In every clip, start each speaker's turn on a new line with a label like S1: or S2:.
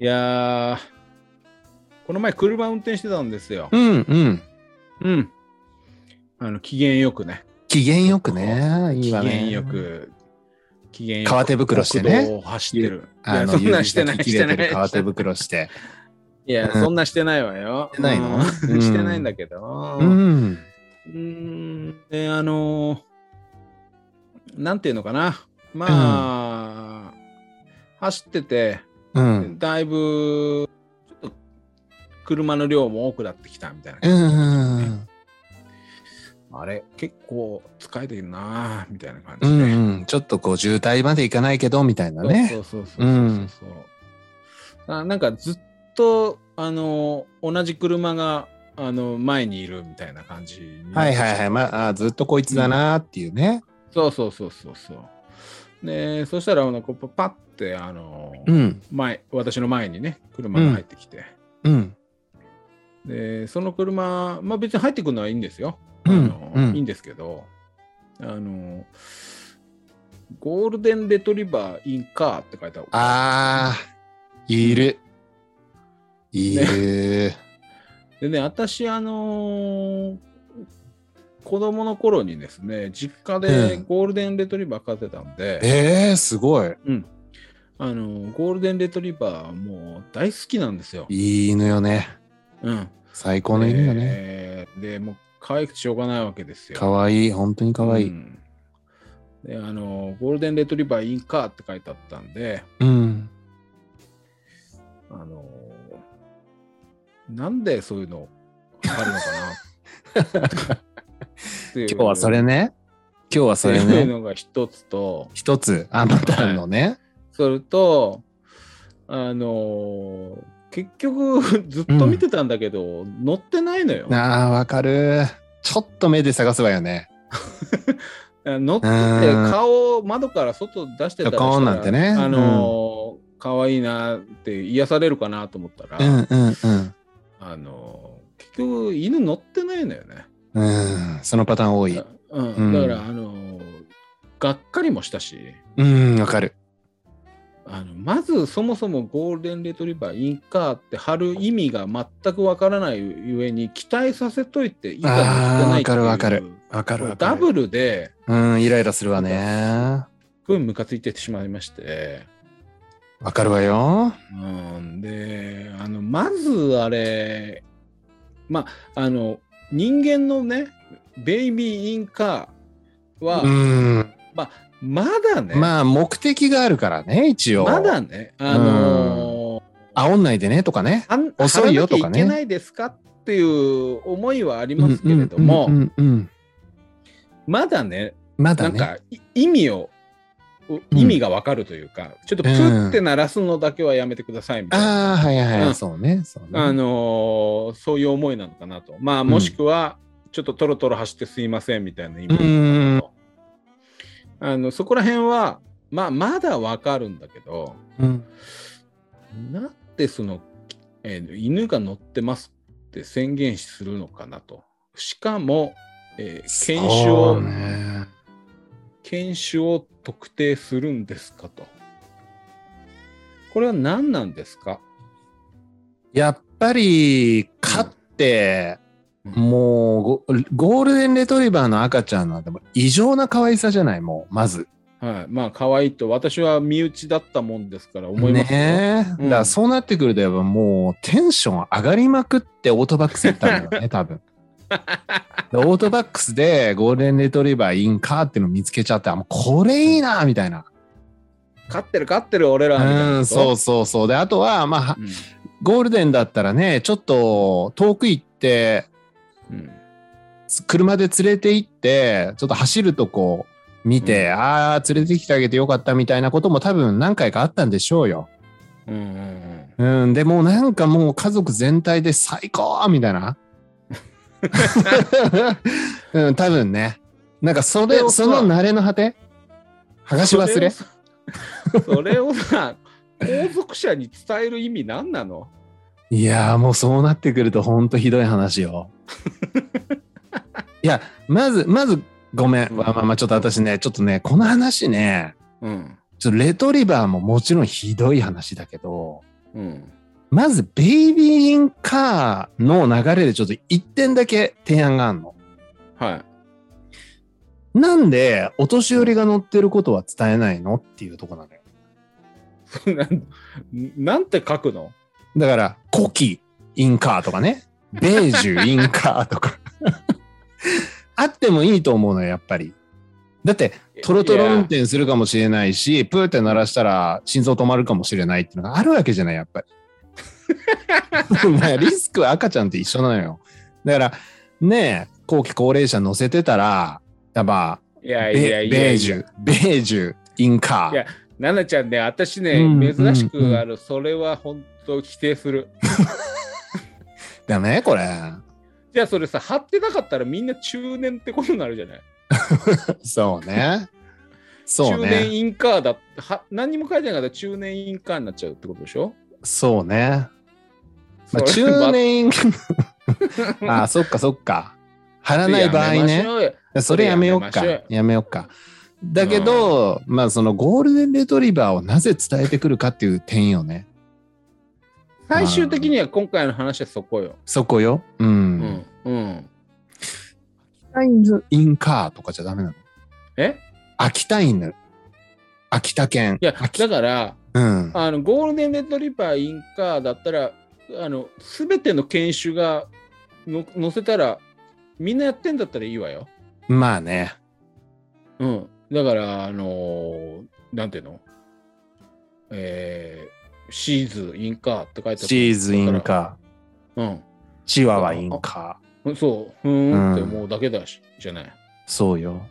S1: いやー、この前車運転してたんですよ。
S2: うんうん。
S1: うん。あの、機嫌よくね。
S2: 機嫌よくね。い
S1: 機
S2: いわ
S1: 嫌
S2: ね。
S1: よ。く、機嫌よく。
S2: 革手袋してね
S1: 国道を走ってる。い
S2: あ
S1: や、
S2: の、
S1: そん
S2: 指
S1: なんしてな
S2: 先
S1: い、
S2: 切
S1: して
S2: れ
S1: な
S2: て
S1: い。
S2: る革手袋して。
S1: いや、そんなしてないわよ。
S2: してないの
S1: うん
S2: うん
S1: してないんだけど。
S2: うん。
S1: うーん、で、あのーなんていうのかな。まあ、走ってて、
S2: うん。
S1: だいぶ、ちょっと、車の量も多くなってきたみたいな。
S2: うん。
S1: あれ、結構疲れてるなぁみたいな感
S2: う
S1: じで。
S2: んうん。ちょっとこう、渋滞までいかないけど、みたいなね。
S1: そうそうそうそうそうそう、あなんかずっと、あのー同じ車が、あの前にいるみたいな感じになって
S2: はい
S1: きて
S2: はいはい。まああー、ずっとこいつだなーっていうね。
S1: そうそうそうそうそう。で、そしたら、あのこうパッて、あの、
S2: うん。
S1: 前、私の前にね、車が入ってきて、
S2: うん。
S1: で、その車、まあ別に入ってくるのはいいんですよ。
S2: うん
S1: あの
S2: うん
S1: いいんですけど、あの、ゴールデンレトリバーインカーって書いてある。
S2: あー、いる。いる。
S1: でね、私、あのー子供の頃にですね、実家で
S2: うん
S1: ゴールデンレトリバー飼ってたんで、
S2: えー、すごい。
S1: あのゴールデンレトリバーもう大好きなんですよ。
S2: いい犬よね。
S1: うん。
S2: 最高の犬よね。
S1: えーで、もう可愛くてしょうがないわけですよ。
S2: かわいい。本当にかわいうい。
S1: んで、あの、ゴールデンレトリバーインカーって書いてあったんで、
S2: うん。
S1: あの、なんでそういうのあるのかなっていう
S2: 今日はそれね。今日はそれ
S1: っていう
S2: ね。
S1: のが一つと、
S2: 一つ。あ、またあるのね。
S1: それと、あの、結局 ずっと見てたんだけど、乗ってないのよ。
S2: ああ、わかる。ちょっと目で探すわよね。
S1: 乗ってて
S2: うん
S1: 顔を窓から外出してたら
S2: ちょこんなんてね
S1: あのー可愛いなって癒されるかなと思ったら、
S2: うんうんうん。
S1: あのー結局犬乗ってないのよね。
S2: うん、そのパターン多い。
S1: うん
S2: うん
S1: だからあのーがっかりもしたし
S2: うん、わかる。
S1: あのまずそもそもゴールデンレトリバーインカーって貼る意味が全くわからない上に期待させといていざ乗ってないっていう
S2: あーわかるわか
S1: これダブルで
S2: うん、イライラするわね。
S1: すごいムカついてしまいまして。
S2: わかるわよ。
S1: うん、であのまずあれまああの人間のねベイビーインカーは、
S2: うん。
S1: まあまだね、
S2: まあ、目的があるからね、一応。
S1: まだねあのー
S2: 煽んないでね、とかね。
S1: あん
S2: 遅いよとか
S1: 貼らなきゃ
S2: ね
S1: いけないですかっていう思いはありますけれども、
S2: うんうんうんうん
S1: まだね
S2: まだ
S1: なん
S2: ね。
S1: かい意味をう
S2: うん
S1: 意味がわかるというか、ちょっとプッて鳴らすのだけはやめてくださいみたいな。
S2: ああ、はいはいは
S1: う
S2: い。
S1: ん
S2: そうね。そうね。
S1: あのーそういう思いなのかなと。まあ、もしくは、ちょっとトロトロ走ってすいませんみたいな意味な
S2: う
S1: の
S2: ん。
S1: かなとあのそこら辺は、まあ、まだわかるんだけど、
S2: うん。
S1: なんでその、えー犬が乗ってますって宣言するのかなと。しかも、えー犬種
S2: そう
S1: を、
S2: ね
S1: 犬種を特定するんですかと。これは何なんですか
S2: やっぱり、飼って、
S1: うん
S2: もうゴ、ゴールデンレトリバーの赤ちゃんなんて、もう異常な可愛さじゃない、もう、まず。
S1: はい、まあ可愛いと私は身内だったもんですから思いますよ、
S2: ねえ。
S1: うん
S2: だからそうなってくると、やっぱもう、テンション上がりまくって、オートバックス行ったんだ よね、多分。でオートバックスでゴールデンレトリバーインカーっていうの見つけちゃって、あ、もうこれいいな、みたいな。
S1: 勝ってる勝ってる俺らみたいな
S2: うん、そううそうそう。で、あとは、まあ、
S1: ん、
S2: ゴールデンだったらね、ちょっと遠く行って、
S1: うん
S2: 車で連れて行って、ちょっと走るとこ見て、ああ、連れてきてあげてよかったみたいなことも多分何回かあったんでしょうよ。
S1: うんうん
S2: うん、でもうなんかもう家族全体で最高みた いな。うん、多分ね。なんかそれ
S1: それ、をさ
S2: その慣れの果て剥がし忘れ
S1: それをさそれをさ 後続者に伝える意味何なの
S2: いやーもうそうなってくるとほんとひどい 話よ。いや、まず、まず、ごめん。
S1: うん
S2: まあまあまあ、ちょっと私ね、ちょっとね、この話ね、
S1: うん
S2: ちょっとレトリバーももちろんひどい話だけど、
S1: うん。
S2: まず、ベイビーインカーの流れでちょっと一点だけ提案があるの。
S1: はい。
S2: なんで、お年寄りが乗ってることは伝えないのっていうとこなのよ。
S1: なんなんて書くの
S2: だから、古希インカーとかね、ベージュインカーとか。 あってもいいと思うのよ、やっぱり。だって、トロトロ運
S1: い
S2: 転するかもしれないし、プーって鳴らしたら心臓止まるかもしれないっていうのがあるわけじゃない、やっぱ り。まあリスクは赤ちゃんと一緒なのよ。だから、ねえ、後期高齢者乗せてたら、やっぱ、
S1: や
S2: ベ
S1: いやいやいや
S2: ベージュ、ベージュ、インカ
S1: い
S2: ー
S1: や。奈々ちゃんね、私ね、
S2: うん
S1: 珍しく、
S2: うんうん
S1: あのそれは本当否定する。
S2: だね、これ。
S1: じゃあそれさ、貼ってなかったらみんな中年ってことになるじゃない、
S2: そうね。そ
S1: 中
S2: う
S1: 年
S2: ね。
S1: インカーだっては、何にも書いてなかったら中年インカーになっちゃうってことでしょ、
S2: そうね。 まあ、
S1: それ
S2: 中年、あそっかそっ か。貼らない場合
S1: やめま
S2: ね
S1: し。ょうよ
S2: それやめよっ
S1: そ
S2: か
S1: れやめましょ。
S2: やめよっか。だけど、まあそのゴールデンレトリバーをなぜ伝えてくるかっていう点よね。
S1: 最終的には今回の話はそこよ。
S2: そこよ。う。
S1: うんん。うん。
S2: 秋田犬インカーとかじゃダメなの
S1: え
S2: 秋田犬。秋田犬。
S1: いや、
S2: 秋
S1: だから、
S2: うん。
S1: あのゴールデンレトリバーインカーだったら、あの全ての犬種がの載せたら、みんなやってんだったらいいわよ。
S2: まあね。
S1: うん、だから、あのーなんていうの、えー、シーズインカーって書いてある
S2: チーズインカー。
S1: う
S2: チワワインカー。
S1: ん、そう、ふーんって
S2: うん
S1: 思うだけだし、じゃない。
S2: そうよ。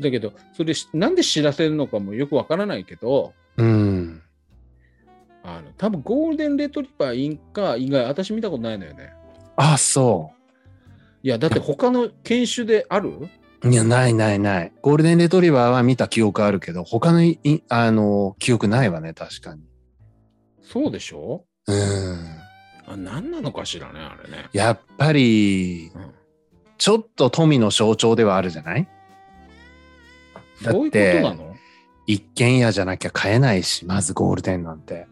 S1: だけど、それしなんで知らせるのかもよくわからないけど、
S2: うん。
S1: あの多分ゴールデンレトリバーインカー以外、私見たことないのよね。
S2: あ、そ
S1: いや、だって他の犬種である
S2: う。いや、ないないない。ゴールデンレトリバーは見た記憶あるけど、他のい、あの、記憶ないわね、確かに。
S1: そうでしょ
S2: うん。
S1: あ何なのかしらね、あれね。
S2: やっぱり、
S1: うん
S2: ちょっと富の象徴ではあるじゃないだって
S1: そういうことなの
S2: 一軒家じゃなきゃ買えないし、まずゴールデンなんて。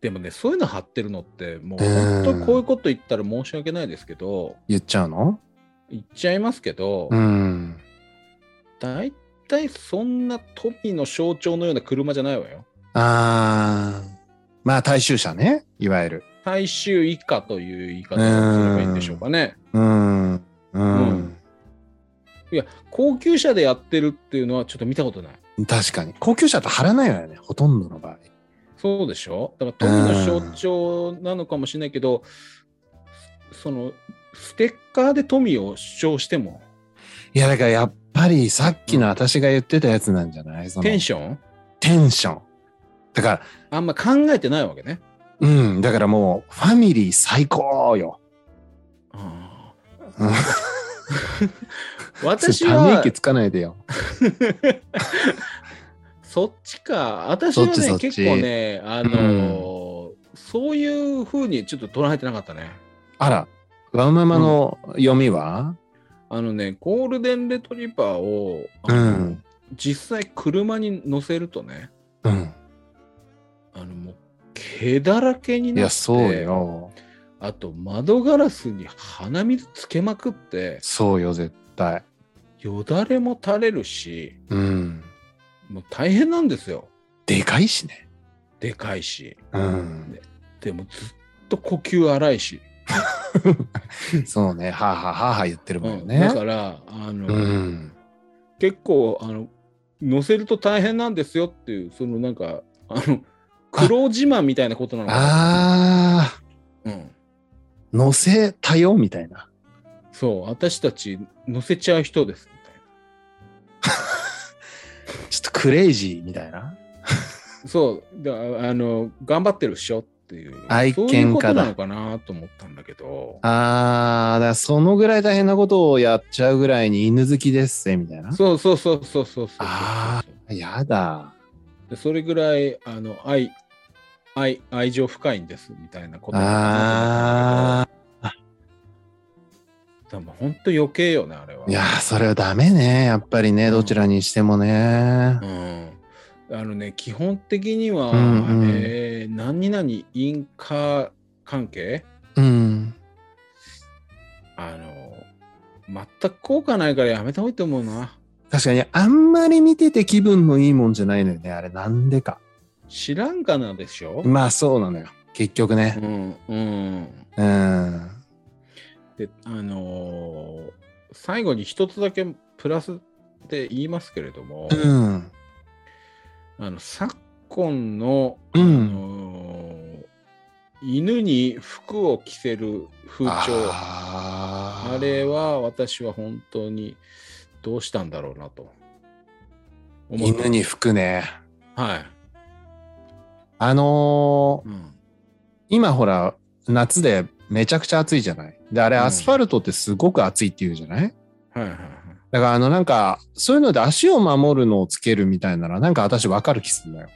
S1: でもね、そういうの貼ってるのって、もう
S2: うん
S1: 本当にこういうこと言ったら申し訳ないですけど、
S2: 言っちゃうの
S1: 言っちゃいますけど、
S2: うん。
S1: 大体そんな富の象徴のような車じゃないわよ。
S2: あー。まあ、大衆車ね、いわゆる。
S1: 大衆以下という言い方をすればいいんでしょうかね。
S2: うん。うん。
S1: いや、高級車でやってるっていうのはちょっと見たことない。
S2: 確かに。高級車って貼らないよね、ほとんどの場合。
S1: そうでしょだから富の象徴なのかもしれないけど、そのステッカーで富を主張しても、
S2: いや、だからやっぱりさっきの私が言ってたやつなんじゃないその
S1: テンション
S2: テンション。だから、
S1: あんま考えてないわけね。
S2: うん、だからもう、ファミリー最高よ。
S1: あ
S2: うん
S1: ー私
S2: ため
S1: は
S2: 息つかないでよ。
S1: そっちか。私はね、
S2: そっちそっち
S1: 結構ね、あのーそういうふうにちょっと捉えてなかったね。
S2: あら、ワウママの読みは、
S1: あのね、ゴールデンレトリバーを、
S2: う
S1: あの
S2: ん、
S1: 実際車に乗せるとね、
S2: うん。
S1: あのもう毛だらけに
S2: い
S1: な
S2: や、
S1: って、
S2: そうよ。
S1: あと窓ガラスに鼻水つけまくって、
S2: そうよ、絶対。
S1: よだれも垂れるし、
S2: うん。
S1: もう大変なんですよ。
S2: でかいしね。
S1: でかいし。
S2: うん。
S1: でもずっと呼吸荒いし。
S2: そうね。はあ、はあはあはあ言ってるもん
S1: うん
S2: ね
S1: だ。から、あの、
S2: うん。
S1: 結構あの乗せると大変なんですよっていうそのなんかあの苦労自慢みたいなことなのかな
S2: ああ、
S1: うん、
S2: 乗せたよ、みたいな。
S1: そう私たち乗せちゃう人ですみたい
S2: ちょっとクレイジーみたいな。
S1: なそうだあの頑張ってるっしょっていう
S2: 愛
S1: そういう
S2: 犬
S1: こ
S2: 家
S1: と
S2: だ
S1: なのかなと思ったんだけど
S2: ああ、だからそのぐらい大変なことをやっちゃうぐらいに犬好きですぜ、みたいな。
S1: そうそうそうそうそうそうそう
S2: あやだ。
S1: でそれぐらいあの愛愛愛情深いんですみたいなことなの
S2: あ
S1: かなと思ったんだけど多分本当余計よねあれは
S2: あ、いやー、それはダメね。やっぱりね、どちらにしてもね
S1: う。ん、あのね、基本的には、
S2: うんうん
S1: えー何々インカ関係
S2: うん。
S1: あの、全く効果ないからやめた方がいいと思うな。
S2: 確かに、あんまり見てて気分のいいもんじゃないのよね。あれ、なんでか。
S1: 知らんかなでしょ、
S2: まあ、そうなのよ。結局
S1: う
S2: ね。
S1: ん、うん。
S2: うん。
S1: で、あのー最後に一つだけプラスって言いますけれども、
S2: うん。
S1: あの昨今の、
S2: う
S1: あ
S2: ん。
S1: のー犬に服を着せる風潮あ
S2: あー
S1: れ。は私は本当にどうしたんだろうなと思って
S2: 犬に服ね。
S1: はい、
S2: あのー
S1: うん、
S2: 今ほら、夏でめちゃくちゃ暑いじゃない。で、あれ、
S1: うん
S2: アスファルトってすごく暑いって言うじゃない、
S1: はいはいはい
S2: だから、あの、なんか、そういうので足を守るのをつけるみたいなら、なんか私わかる気するんだよ。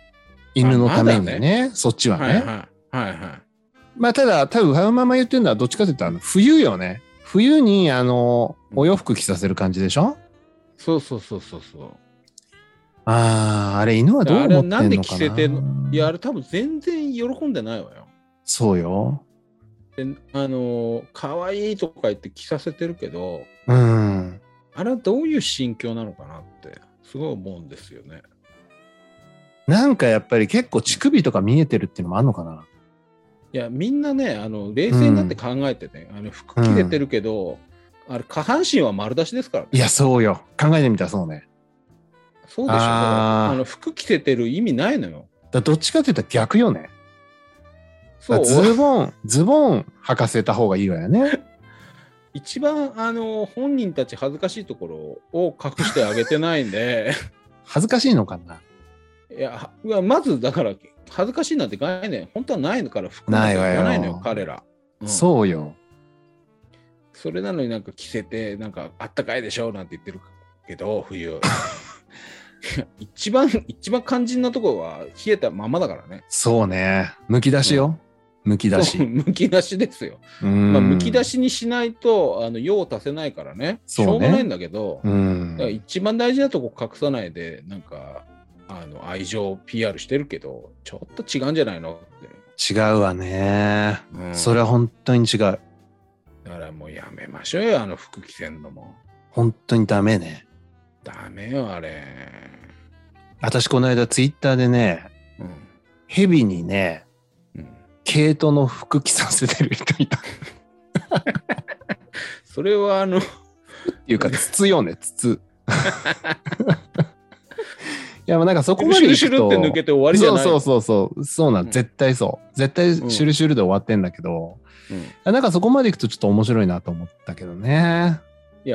S2: 犬のためにね、
S1: まだ
S2: そっちはね。
S1: はいはいはいはい
S2: まあ、ただ、多分、ワウママ言ってるのは、どっちかというと、あの、冬よね。冬に、あの、お洋服着させる感じでしょ
S1: そうそうそうそうそう
S2: ああ、あれ、犬はどう思ってんのかな
S1: あれなんで着せてんのいやあれ多分全然喜んでないわよ
S2: そうよ。
S1: であのー可愛いとか言って着させてるけど
S2: うん。
S1: あれはどういう心境なのかなってすごい思うんですよね
S2: なんか、やっぱり結構、乳首とか見えてるっていうのもあんのかな。
S1: いやみんなねあの冷静になって考えてね、あの服着れてるけど、あれ下半身は丸出しですから、ね、
S2: いや、そうよ。考えてみたらそうね。
S1: そうでしょだから
S2: あー
S1: あの服着せてる意味ないのよ
S2: だからどっちかというと逆よね。
S1: そう
S2: ズボン、ズボン履かせた方がいいわよね。
S1: 一番あの本人たち恥ずかしいところを隠してあげてないんで
S2: 恥ずかしいのかな。
S1: いやはいやまずだから恥ずかしいなんて概念本当はないのから服んて着ないの
S2: ないわよ
S1: よ彼ら、うん
S2: そうよ。
S1: それなのになんか着せて、なんかあったかいでしょなんて言ってるけど、 冬。一番、一番肝心なところは冷えたままだからね。
S2: そうね。むき出しよ。むき出
S1: そう
S2: し。
S1: むき出しですよ。ま
S2: ま
S1: あ、むき出
S2: し。
S1: しにしないと、あの、用を足せないからね。
S2: そう
S1: し
S2: ね
S1: ょうがないんだけど、
S2: う
S1: だから
S2: ん。
S1: 一番大事なとこ隠さないで、なんか、あの、愛情を PR してるけど、ちょっと違うんじゃないのって。
S2: 違うわね。
S1: うん
S2: それは本当に違う。
S1: だからもうやめましょうよ、あの服着せんのも。
S2: 本当にダメね。
S1: ダメよ、あれ。
S2: 私、この間、ツイッターでね、
S1: うん。
S2: ヘビにね、
S1: うん
S2: 毛糸の服着させてる人いた。っ
S1: それはあの、
S2: ていうか、筒よね、 筒。いや、まあなんかそこまで行くと。
S1: シュルシュルって抜けて終わりじゃない
S2: そうそうそうそうそうなん、
S1: うん
S2: 絶対そう絶対シ
S1: うん
S2: ュルシュルで終わってんだけど、
S1: うん
S2: なんかそこまでいくとちょっと面白いなと思ったけどね
S1: あギ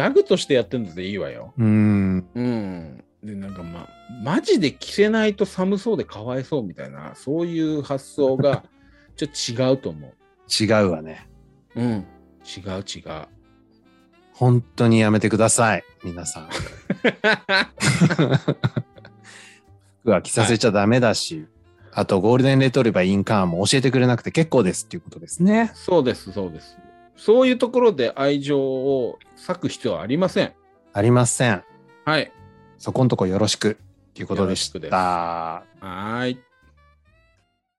S1: ャグとしてやってるのでいいわよ。
S2: うん
S1: うん。で、なんかまあ、マジで着せないと寒そうでかわいそうみたいな、そういう発想がちょっと違うと思
S2: 違うわね
S1: う。うん。違う違う。
S2: 本当にやめてください皆さん服は着させちゃダメだし、あとゴールデンレトリバーインカーも教えてくれなくて結構ですっていうことですね
S1: そうです、そうです。そういうところで愛情を割く必要はありません。
S2: ありません
S1: はい。
S2: そこんとこよろしくっていうことでし
S1: よろしくです
S2: た
S1: はーい。